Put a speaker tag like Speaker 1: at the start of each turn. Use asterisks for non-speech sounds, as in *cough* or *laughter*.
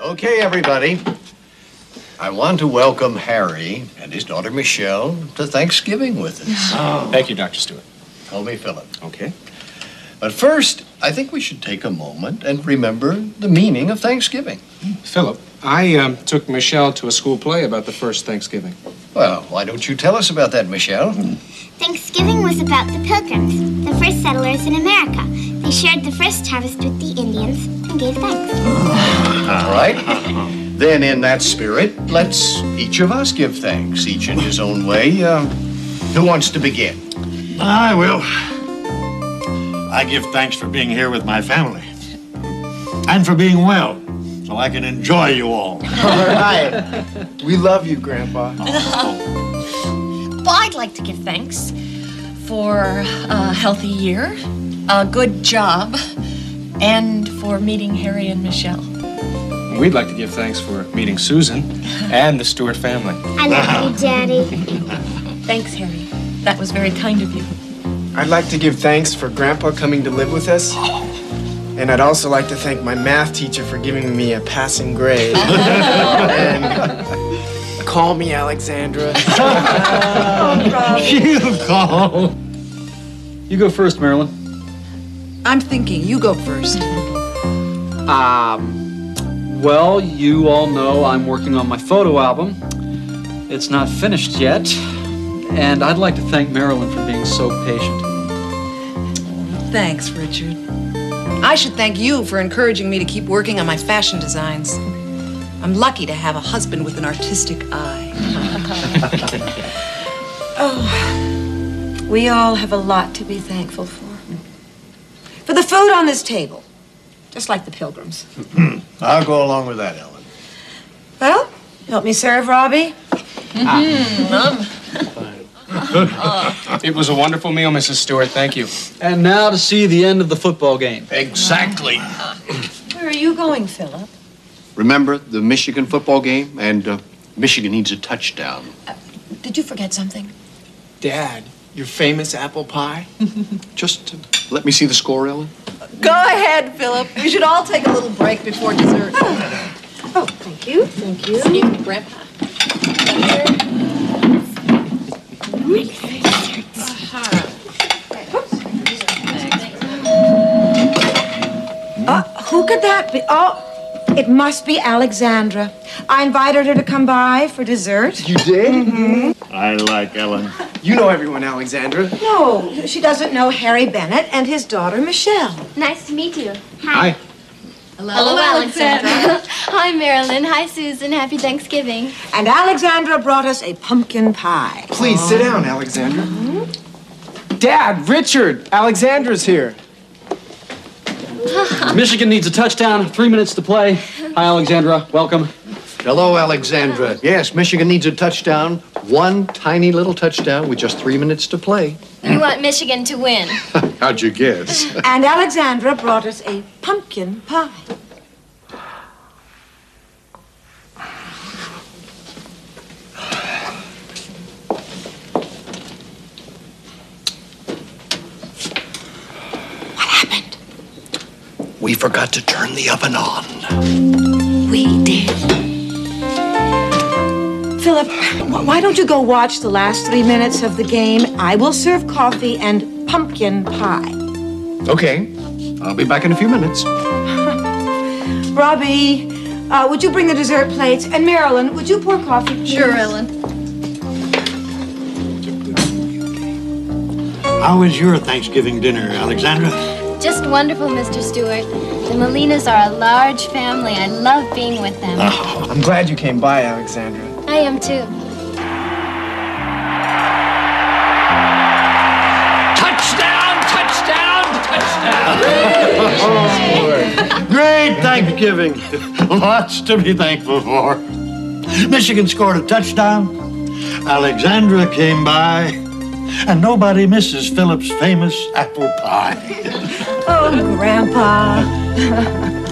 Speaker 1: Okay, everybody. I want to welcome Harry and his daughter Michelle to Thanksgiving with us.
Speaker 2: Thank you, Dr. Stewart.
Speaker 1: Homie Philip.
Speaker 2: Okay.
Speaker 1: But first, I think we should take a moment and remember the meaning of Thanksgiving.
Speaker 2: Philip, I um, took Michelle to a school play about the first Thanksgiving.
Speaker 1: Well, why don't you tell us about that, Michelle?
Speaker 3: Thanksgiving was about the Pilgrims, the first settlers in America. They shared the first harvest with the Indians and gave thanks.
Speaker 1: All *laughs* right. Then, in that spirit, let's each of us give thanks, each in his own way. Um, who wants to begin?
Speaker 4: I will. I give thanks for being here with my family and for being well, so I can enjoy you all.
Speaker 1: *laughs*
Speaker 5: We love you, Grandpa.
Speaker 6: Well, I'd like to give thanks for a healthy year, a good job, and for meeting Harry and Michelle.
Speaker 2: We'd like to give thanks for meeting Susan and the Stewart family.
Speaker 3: I
Speaker 5: *laughs*
Speaker 3: love you, Daddy.
Speaker 6: Thanks, Harry. That was very kind of you.
Speaker 5: I'd like to give thanks for Grandpa coming to live with us. And I'd also like to thank my math teacher for giving me a passing grade. and call me Alexandra.
Speaker 4: You call.
Speaker 7: You go first, Marilyn.
Speaker 8: I'm thinking you go first.
Speaker 7: Um, well, you all know I'm working on my photo album. It's not finished yet, and I'd like to thank Marilyn for being so patient.
Speaker 8: Thanks, Richard. I should thank you for encouraging me to keep working on my fashion designs. I'm lucky to have a husband with an artistic eye. oh, we all have a lot to be thankful for. For the food on this table, just like the pilgrims.
Speaker 1: I'll go along with that, Ellen.
Speaker 8: Well, help me serve, Robbie.
Speaker 2: It was a wonderful meal, Mrs. Stewart. Thank you.
Speaker 7: And now to see the end of the football game.
Speaker 4: Exactly.
Speaker 8: Where are you going, Philip?
Speaker 1: Remember the Michigan football game? And uh, Michigan needs a touchdown.
Speaker 6: Did you forget something?
Speaker 5: Dad, your famous apple pie?
Speaker 1: Just let me see the score, Ellen.
Speaker 8: Go ahead, Philip. We should all take a little break before
Speaker 9: *gasps*
Speaker 8: dessert. Oh, thank you. Thank you.
Speaker 6: Grandpa.
Speaker 9: Uh, who could that be? Oh, it must be Alexandra. I invited her to come by for dessert.
Speaker 5: You did?
Speaker 4: I like Ellen.
Speaker 5: You know everyone, Alexandra.
Speaker 9: No, she doesn't know Harry Bennett and his daughter Michelle.
Speaker 3: Nice to meet you.
Speaker 2: Hi.
Speaker 3: Hello, Alexandra. Hi, Marilyn. Hi, Susan. Happy Thanksgiving.
Speaker 9: And Alexandra brought us a pumpkin pie.
Speaker 5: Please sit down, Alexandra. Dad, Richard, Alexandra's here.
Speaker 7: Michigan needs a touchdown, three minutes to play. Hi, Alexandra. Welcome.
Speaker 1: Hello, Alexandra. Yes, Michigan needs a touchdown. One tiny little touchdown with just three minutes to play.
Speaker 3: We want Michigan to win.
Speaker 1: How'd you guess?
Speaker 9: And Alexandra brought us a pumpkin pie.
Speaker 1: we forgot to turn the oven on.
Speaker 9: We did. Philip, wh- why don't you go watch the last three minutes of the game? I will serve coffee and pumpkin pie.
Speaker 1: Okay, I'll be back in a few minutes.
Speaker 9: Robbie, uh, would you bring the dessert plates? And Marilyn, would you pour coffee? please?
Speaker 6: Sure, Ellen.
Speaker 4: How was your Thanksgiving dinner, Alexandra?
Speaker 3: Just wonderful, Mr. Stewart. The Molinas are a large family. I love being with them.
Speaker 5: Oh, I'm glad you came by, Alexandra.
Speaker 3: I am too.
Speaker 4: Great Thanksgiving. *laughs* Lots to be thankful for. Michigan scored a touchdown. Alexandra came by. And nobody misses Philip's famous apple pie.
Speaker 9: Oh, Grandpa.